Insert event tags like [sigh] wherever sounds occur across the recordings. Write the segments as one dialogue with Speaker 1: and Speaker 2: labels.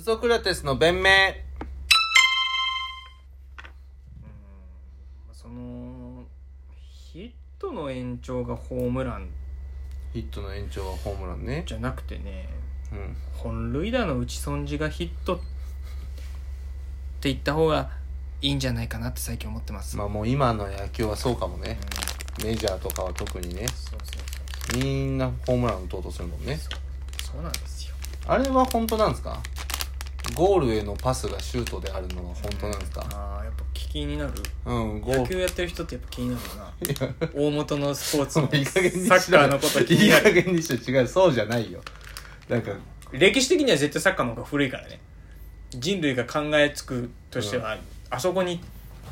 Speaker 1: ソクラテスの弁明。
Speaker 2: まあそのヒットの延長がホームラン
Speaker 1: ヒットの延長はホームランね。
Speaker 2: じゃなくてね
Speaker 1: うん。
Speaker 2: 本塁打の打ち損じがヒットって言った方がいいんじゃないかなって最近思ってます、
Speaker 1: まあもう今の野球はそうかもね
Speaker 2: うん。
Speaker 1: メジャーとかは特にね。
Speaker 2: そうそう
Speaker 1: みんなホームラン打とうとするもんね。
Speaker 2: そうそうなんですよ
Speaker 1: あれは本当なんですかゴールへのパスがシュートであるのは本当なんですか
Speaker 2: ああやっぱ気になる
Speaker 1: うん、ゴ
Speaker 2: 野
Speaker 1: ール。
Speaker 2: 球やってる人ってやっぱ気になるよな大元のスポーツの
Speaker 1: [laughs] いい加減にし
Speaker 2: サ
Speaker 1: ろ
Speaker 2: ッカーのこと気にない
Speaker 1: い
Speaker 2: る
Speaker 1: 加減にしろ違う、そうじゃないよ。なんか、
Speaker 2: 歴史的には絶対サッカーの方が古いからね人類が考えつくとしては、あそこに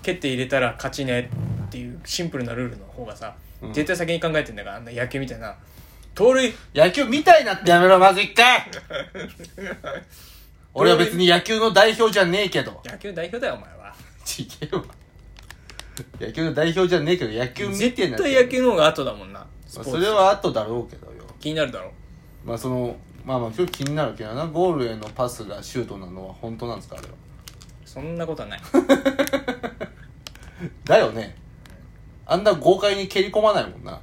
Speaker 2: 蹴って入れたら勝ちねっていうシンプルなルールの方がさ、
Speaker 1: うん
Speaker 2: 絶対先に考えてんだからあんな野球みたいな盗塁
Speaker 1: 野球みたいなってやめろ、まず一回 [laughs] 俺は別に野球の代表じゃねえけど。
Speaker 2: 野球代表だよお前は
Speaker 1: ちげえわ。野球の代表じゃねえけど、野球見てな
Speaker 2: 絶
Speaker 1: い。
Speaker 2: 対野球の方が後だもんなス
Speaker 1: ま
Speaker 2: ポ
Speaker 1: あ
Speaker 2: ーツ、
Speaker 1: それは後だろうけどよ。
Speaker 2: 気になるだろ
Speaker 1: まあその、まあまあ今日気になるけどな、ゴールへのパスがシュートなのは本当なんですか、あれは。
Speaker 2: そん
Speaker 1: [laughs]
Speaker 2: なことはない
Speaker 1: だよね。あんな豪快に蹴り込まないもんな。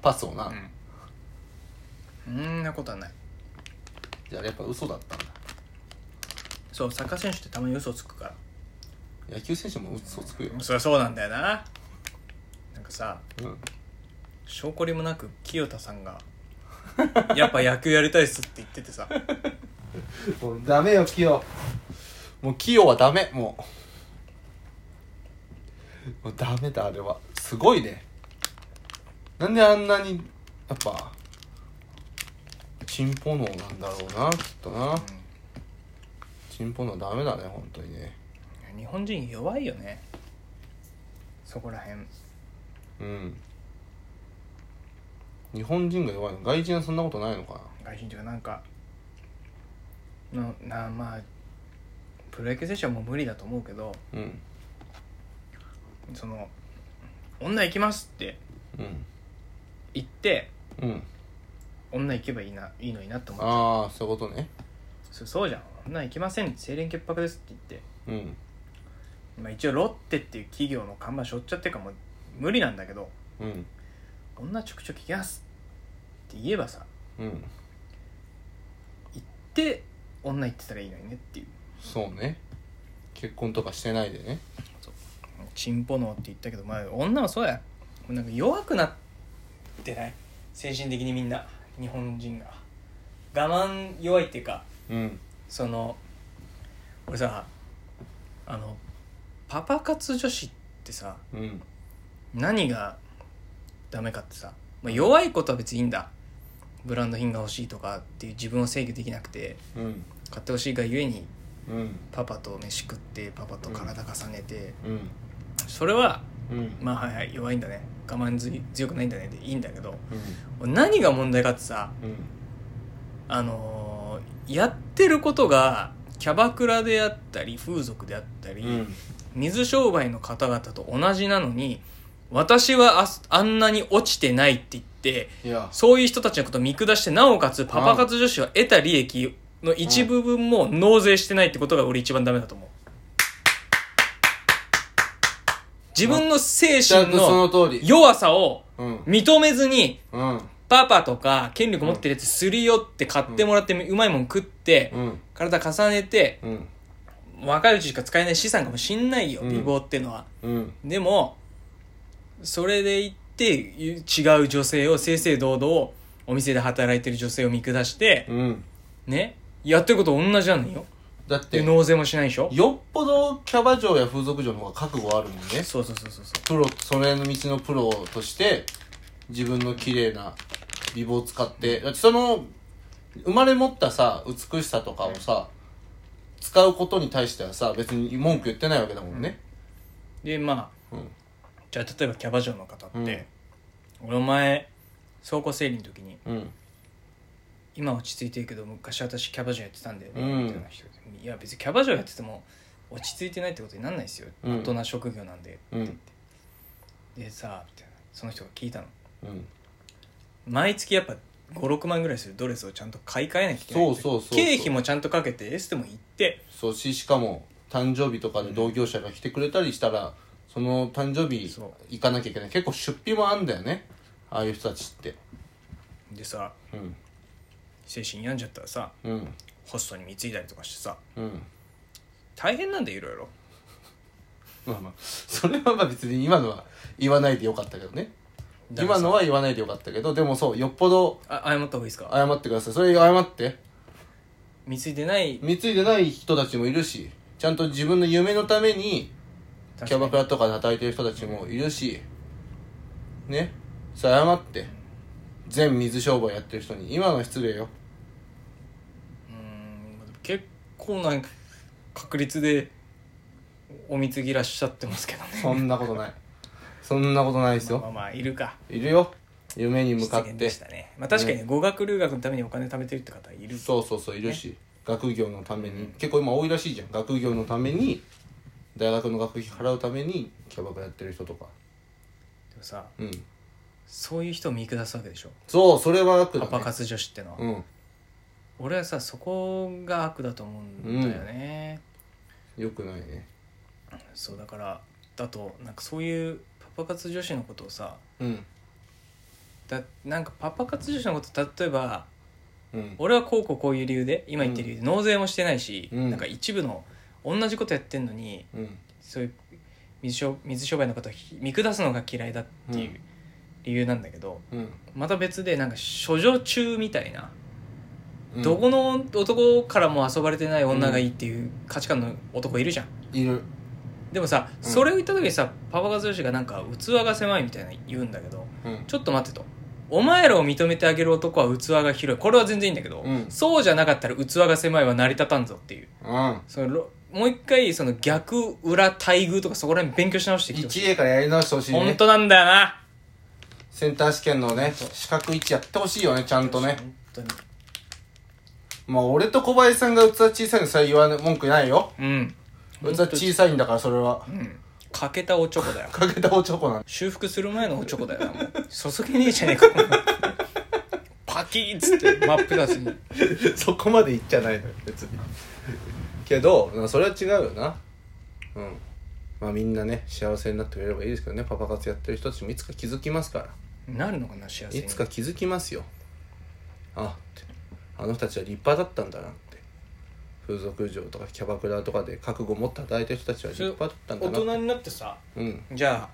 Speaker 1: パスをな。
Speaker 2: んそんなことはない
Speaker 1: じゃああれやっぱ嘘だったんだ。
Speaker 2: そうサッカー選手ってたまに嘘つくから
Speaker 1: 野球選手も嘘つくよ。
Speaker 2: そりゃそうなんだよななんかさ
Speaker 1: うん。
Speaker 2: 証拠りもなく清田さんが [laughs] やっぱ野球やりたいっすって言っててさ
Speaker 1: もうダメよ、キヨ。もうキヨはダメ、もう。もうダメだ、あれは。すごいね。なんであんなに、やっぱ、チンポ脳なんだろうな、きっとな。チンポ脳ダメだね、本当にね。
Speaker 2: 日本人弱いよねそこら辺
Speaker 1: うん。日本人が弱いの外人はそんなことないのかな。
Speaker 2: 外人というかなんかのなまあプロ野球選手はもう無理だと思うけど
Speaker 1: うん。
Speaker 2: その女行きますって
Speaker 1: うん。
Speaker 2: 言って
Speaker 1: うん。
Speaker 2: 女行けばいいないいのになって思う
Speaker 1: ああ、そういうことね。
Speaker 2: そうそうじゃん女行きません清廉潔白ですって言って、
Speaker 1: うん。
Speaker 2: まあ、一応ロッテっていう企業の看板しょっちゃってるからもう無理なんだけど
Speaker 1: うん。
Speaker 2: 女ちょくちょく行きますって言えばさ
Speaker 1: うん。
Speaker 2: 行って女行ってたらいいのにねっていう
Speaker 1: そうね。結婚とかしてないでね。
Speaker 2: チンポ脳って言ったけどまあ女はそうやなんか弱くなってない精神的にみんな日本人が我慢弱いっていうか
Speaker 1: うん。
Speaker 2: その俺さあのパパ活女子ってさ
Speaker 1: うん。
Speaker 2: 何がダメかってさ、まあ、弱いことは別にいいんだブランド品が欲しいとかっていう自分を制御できなくて
Speaker 1: うん。
Speaker 2: 買ってほしいがゆえに
Speaker 1: うん。
Speaker 2: パパと飯食ってパパと体重ねて、
Speaker 1: うん。
Speaker 2: それは
Speaker 1: うん。
Speaker 2: まあはいはい弱いんだね我慢強い強くないんだねでいいんだけど
Speaker 1: うん。
Speaker 2: 何が問題かってさ
Speaker 1: うん。
Speaker 2: あのーやってることがキャバクラであったり風俗であったり、
Speaker 1: うん。
Speaker 2: 水商売の方々と同じなのに私はああんなに落ちてないって言って
Speaker 1: いや。
Speaker 2: そういう人たちのことを見下してなおかつパパ活女子は得た利益の一部分も納税してないってことが俺一番ダメだと思う自分の精
Speaker 1: ちゃん
Speaker 2: 神
Speaker 1: とその
Speaker 2: の
Speaker 1: 通り。
Speaker 2: 弱さを
Speaker 1: うん。
Speaker 2: 認めずに
Speaker 1: うん。
Speaker 2: パパとか権力持ってるやつすり寄って買ってもらってうまいもん食って
Speaker 1: うん。
Speaker 2: 体重ねて
Speaker 1: うん。
Speaker 2: 若いうちしか使えない資産かもしんないよ
Speaker 1: うん
Speaker 2: 美貌ってのは
Speaker 1: うん。
Speaker 2: でもそれで行って違う女性を正々堂々お店で働いてる女性を見下して
Speaker 1: うん。
Speaker 2: ねやってること同じなのよ
Speaker 1: だっ
Speaker 2: で
Speaker 1: て、
Speaker 2: 納税もしないでしょ
Speaker 1: よっぽどキャバ嬢や風俗嬢の方が覚悟あるもんね。
Speaker 2: そうそうそうそうそ
Speaker 1: プロ、それの道のプロとして、自分の綺麗な美貌を使って、だってその、生まれ持ったさ、美しさとかをさ、使うことに対してはさ、別に文句言ってないわけだもんね。
Speaker 2: うでま
Speaker 1: うん。
Speaker 2: あじゃあ例えばキャバ嬢の方って、俺お前倉庫整理の時に
Speaker 1: うん。
Speaker 2: 今落ち着いてるけど昔私キャバ嬢やってたんだよね、
Speaker 1: うん
Speaker 2: みたいな人でいや別にキャバ嬢やってても落ち着いてないってことになんないですよ、
Speaker 1: うん
Speaker 2: 大人職業なんで
Speaker 1: うん。
Speaker 2: でさみたいなその人が聞いたの
Speaker 1: うん。
Speaker 2: 毎月やっぱ56万ぐらいするドレスをちゃんと買い替えなきゃいけない
Speaker 1: そうそうそう
Speaker 2: 経費もちゃんとかけてエステも行って
Speaker 1: そうししかも誕生日とかで同業者が来てくれたりしたら、その誕生日
Speaker 2: そう
Speaker 1: 行かなきゃいけない結構出費もあんだよねああいう人たちって
Speaker 2: でさ
Speaker 1: うん
Speaker 2: 精神病んじゃったらさ
Speaker 1: うん
Speaker 2: ホストに貢いだりとかしてさ
Speaker 1: うん
Speaker 2: 大変なんだよいろいろ
Speaker 1: まあまあそれはまあ別に今のは言わないでよかったけどね
Speaker 2: だか
Speaker 1: 今
Speaker 2: らさ
Speaker 1: のは言わないでよかったけどでもそうよっぽど
Speaker 2: あ謝った方がいいですか
Speaker 1: 謝ってくださいそれ謝って
Speaker 2: 貢いでない
Speaker 1: 貢いでない人たちもいるしちゃんと自分の夢のために
Speaker 2: 確
Speaker 1: キャ
Speaker 2: か
Speaker 1: バ
Speaker 2: に
Speaker 1: クラとかで働いてる人たちもいるしねそれ謝って全水商売やってる人に今のは失礼よ
Speaker 2: うーん結構な確率でお貢ぎらっしゃってますけ
Speaker 1: [laughs]
Speaker 2: どね
Speaker 1: そんなことないそんなことないです
Speaker 2: ま
Speaker 1: よ
Speaker 2: あまあいるか
Speaker 1: いるよ夢に向かっ
Speaker 2: 失言
Speaker 1: て
Speaker 2: でしたね、まあ、確かに語学留学のためにお金貯めてるって方いる
Speaker 1: そうそうそういるし、学業のために結構今多いらしいじゃん学業のために大学の学費払うためにキャバクラやってる人とか
Speaker 2: でもさ
Speaker 1: うん
Speaker 2: そういう人を見下すわけでしょ
Speaker 1: そうそれは悪だ、
Speaker 2: パ
Speaker 1: ね、
Speaker 2: パ活女子ってのは、
Speaker 1: うん
Speaker 2: 俺はさそこが悪だと思うんだよね、
Speaker 1: よくないね
Speaker 2: そうだからだとなんかそういうパパ活女子のことをさ
Speaker 1: うん
Speaker 2: だなんかパパ活女子のこと例えば
Speaker 1: うん
Speaker 2: 俺はこうこうこういう理由で今言ってる理由で納税もしてないし、
Speaker 1: うん
Speaker 2: なんか一部の同じことやってんのに
Speaker 1: うん
Speaker 2: そういう水商水商売の方を見下すのが嫌いだっていう理由なんだけど、
Speaker 1: うん
Speaker 2: また別でなんか処女中みたいな、
Speaker 1: うん
Speaker 2: どこの男からも遊ばれてない女がいいっていう価値観の男いるじゃん
Speaker 1: いる
Speaker 2: でもさ、
Speaker 1: うん
Speaker 2: それを言った時にさパパ活女子がなんか器が狭いみたいな言うんだけど
Speaker 1: うん
Speaker 2: ちょっと待ってとお前らを認めてあげる男は器が広いこれは全然いいんだけど、
Speaker 1: うん
Speaker 2: そうじゃなかったら器が狭いは成り立たんぞっていう
Speaker 1: うん
Speaker 2: そのろもう一回その逆裏待遇とかそこら辺勉強し直してきてほしい
Speaker 1: 1A からやり直してほしい
Speaker 2: 本
Speaker 1: ね
Speaker 2: 当なんだよな
Speaker 1: センター試験のね資格1やってほしいよねちゃんとね
Speaker 2: 本当に
Speaker 1: まあ俺と小林さんが器小さいのそれは言わない文句ないよ
Speaker 2: うん
Speaker 1: 器小さいんだからそれは
Speaker 2: うん欠けたおちょこだよ
Speaker 1: かけたおちょこなんだ
Speaker 2: 修復する前のおちょこだよなもう注げねえじ
Speaker 1: [laughs]
Speaker 2: ゃねえかこんなのパキーっつって真っ二つに
Speaker 1: そこまで言っちゃないのよ別にけどなそれは違うよなうんまあみんなね幸せになってくれればいいですけどねパパ活やってる人たちもいつか気づきますから
Speaker 2: なるのかな幸せ
Speaker 1: い
Speaker 2: に
Speaker 1: つか気づきますよあってあの人たちは立派だったんだなって風俗嬢とかキャバクラとかで覚悟持って働いてる人たちは立派だったんだ
Speaker 2: 大
Speaker 1: なって
Speaker 2: 人になってさ
Speaker 1: うん
Speaker 2: じゃあ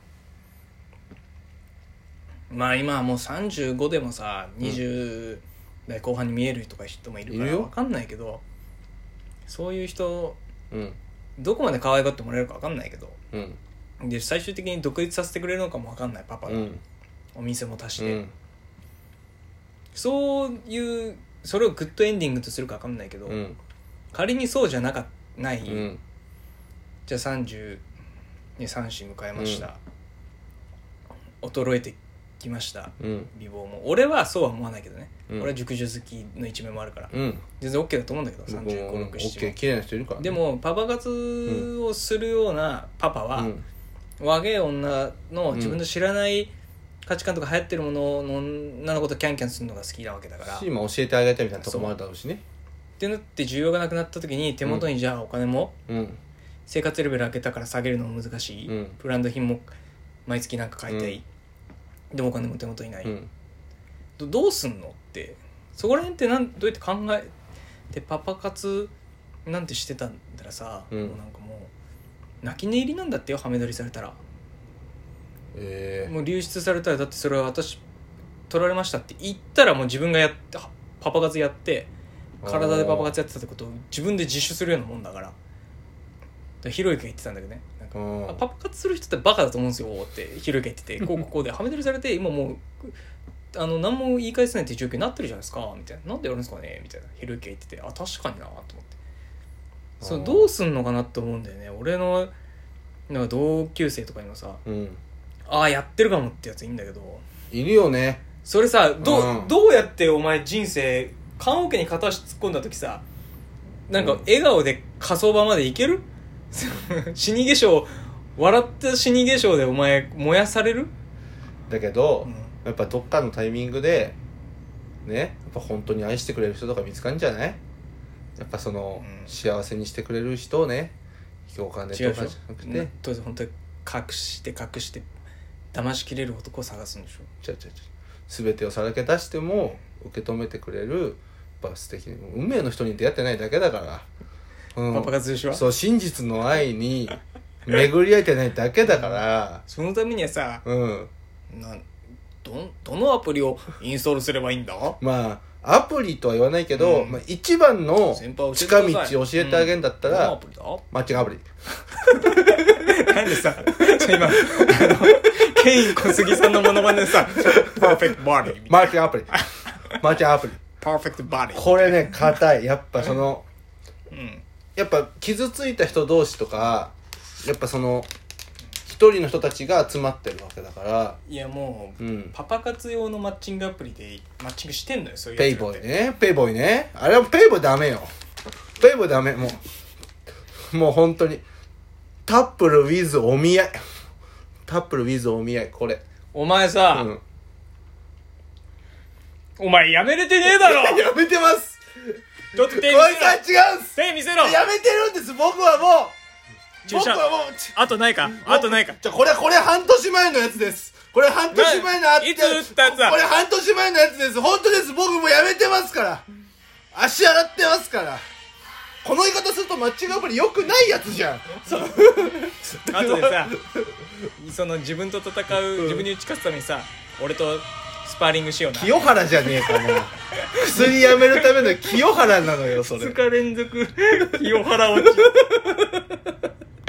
Speaker 2: まあ今はもう35でもさ20代後半に見えるとか人もいるか
Speaker 1: い
Speaker 2: ら
Speaker 1: るよ
Speaker 2: 分かんないけどそういう人
Speaker 1: うん
Speaker 2: どこまで可愛がってもらえるか分かんないけど
Speaker 1: うん
Speaker 2: で最終的に独立させてくれるのかも分かんないパパ
Speaker 1: う
Speaker 2: が、
Speaker 1: ん
Speaker 2: お店も足し
Speaker 1: う
Speaker 2: て、
Speaker 1: ん
Speaker 2: そういうそれをグッドエンディングとするか分かんないけど、
Speaker 1: うん
Speaker 2: 仮にそうじゃなかない、
Speaker 1: うん
Speaker 2: じゃあ30に3子迎えました、衰えてきました
Speaker 1: うん
Speaker 2: 美貌も俺はそうは思わないけどね、
Speaker 1: うん
Speaker 2: 俺は熟女好きの一面もあるから
Speaker 1: うん
Speaker 2: 全然 OK だと思うんだけど
Speaker 1: 僕もうん OK
Speaker 2: 3567
Speaker 1: 綺麗な人いるからね
Speaker 2: でもパパ活をするようなパパは、
Speaker 1: うん
Speaker 2: 若い女の
Speaker 1: ん
Speaker 2: 自分の知らない価値観とか流行ってるものの女の子とキャンキャンするのが好きなわけだから
Speaker 1: しまあ教えてあげたいみたいなとこもあるだろうしね
Speaker 2: ってなって需要がなくなった時に手元にじゃあお金も
Speaker 1: うん
Speaker 2: 生活レベル上げたから下げるのも難しい、
Speaker 1: うん
Speaker 2: ブランド品も毎月なんか買いたい、でもお金も手元にない、
Speaker 1: うん
Speaker 2: どどうすんのってそこら辺ってなんどうやって考えてパパ活なんてしてたんだらさ、
Speaker 1: うん
Speaker 2: もうなんかもう泣き寝入りなんだってよハメ撮りされたら
Speaker 1: ええ
Speaker 2: もう流出されたらだってそれは私取られましたって言ったらもう自分がやってはパパ活やって体でパパ活やってたってことを自分で自首するようなもんだからだからひろゆきが言ってたんだけどねなんか
Speaker 1: うん
Speaker 2: あパパ活する人ってバカだと思うんですよってひろゆきが言っててこうこうこうではめ撮りされて今もうあの何も言い返せないっていう状況になってるじゃないですかみたいななんでやるんですかねみたいなひろゆきが言っててあ確かになと思ってそ
Speaker 1: あ
Speaker 2: う
Speaker 1: ー
Speaker 2: どうすんのかなと思うんだよね俺のなんか同級生とかにもさ
Speaker 1: うん
Speaker 2: ああやってるかもってやついいんだけど
Speaker 1: いるよね
Speaker 2: それさど,、う
Speaker 1: うん
Speaker 2: どうやってお前人生棺桶に片足突っ込んだ時さなんか
Speaker 1: うん
Speaker 2: 笑顔で火葬場まで行ける [laughs] 死に化粧笑った死に化粧でお前燃やされる、
Speaker 1: だけど、
Speaker 2: うん
Speaker 1: やっぱどっかのタイミングでねっぱ本当に愛してくれる人とか見つかるんじゃないやっぱその、
Speaker 2: うん
Speaker 1: 幸せにしてくれる人をね共感で
Speaker 2: 違う
Speaker 1: と
Speaker 2: でし
Speaker 1: か
Speaker 2: ょ
Speaker 1: じゃなくて、
Speaker 2: ねとりあえず本当に隠して隠して騙しきれる男を探すんでしょ
Speaker 1: ちゃちゃちゃ全てをさらけ出しても受け止めてくれるやっぱ素敵運命の人に出会ってないだけだから、うん、
Speaker 2: パパ活でしょ
Speaker 1: そう真実の愛に巡り合えてないだけだから
Speaker 2: そのためにはさ
Speaker 1: うん
Speaker 2: なんどんどのアプリをインストールすればいいんだ
Speaker 1: まあアプリとは言わないけど、
Speaker 2: うん
Speaker 1: まあ、一番の
Speaker 2: 先輩教えてく
Speaker 1: 近
Speaker 2: ださい
Speaker 1: 道を教えてあげるんだった
Speaker 2: どのア
Speaker 1: ら、
Speaker 2: プリだ
Speaker 1: マッチングアプリ
Speaker 2: なんでさ、ちょ今、あのケイン小杉さんのモノマネでさ、パーフェクトバディ、
Speaker 1: マッチングア
Speaker 2: [laughs]
Speaker 1: プリマッチングアプリ
Speaker 2: パーフェクトバディ。
Speaker 1: これね硬いやっぱその
Speaker 2: うん。
Speaker 1: やっぱ傷ついた人同士とかやっぱその一人の人たちが集まってるわけだから
Speaker 2: いやもう、
Speaker 1: うん
Speaker 2: パパ活用のマッチングアプリでマッチングしてんのよ、そういう
Speaker 1: ペイ
Speaker 2: やつら
Speaker 1: ボ
Speaker 2: っ
Speaker 1: ーイ
Speaker 2: て。
Speaker 1: ねペイボーイねあれはペイボーイダメよペイボーイダメもうもう本当にタップルウィズお見合いタップルウィズお見合いこれ
Speaker 2: お前
Speaker 1: う
Speaker 2: さ、
Speaker 1: ん
Speaker 2: お前やめれてねえだろ
Speaker 1: [laughs] やめてます
Speaker 2: ちょっと手見せ
Speaker 1: 小
Speaker 2: ろ
Speaker 1: 林さん違うんす
Speaker 2: 手見せろ
Speaker 1: やめてるんです僕はもう
Speaker 2: 注
Speaker 1: 僕
Speaker 2: 射
Speaker 1: はもうち
Speaker 2: あとないかあとないか
Speaker 1: じゃあこれこれ半年前のやつですこれ半年前のあ
Speaker 2: ないつ打ったやつだ
Speaker 1: これ半年前のやつです本当です僕もうやめてますから足洗ってますからこの言い方するとマッチングアプリ良くないやつじゃん
Speaker 2: あとで [laughs] さ、その自分と戦う、自分に打ち勝つためにさ、俺とスパーリングしような。
Speaker 1: 清原じゃねえかな薬やめるための清原なのよそれ
Speaker 2: 2日連続清原落ち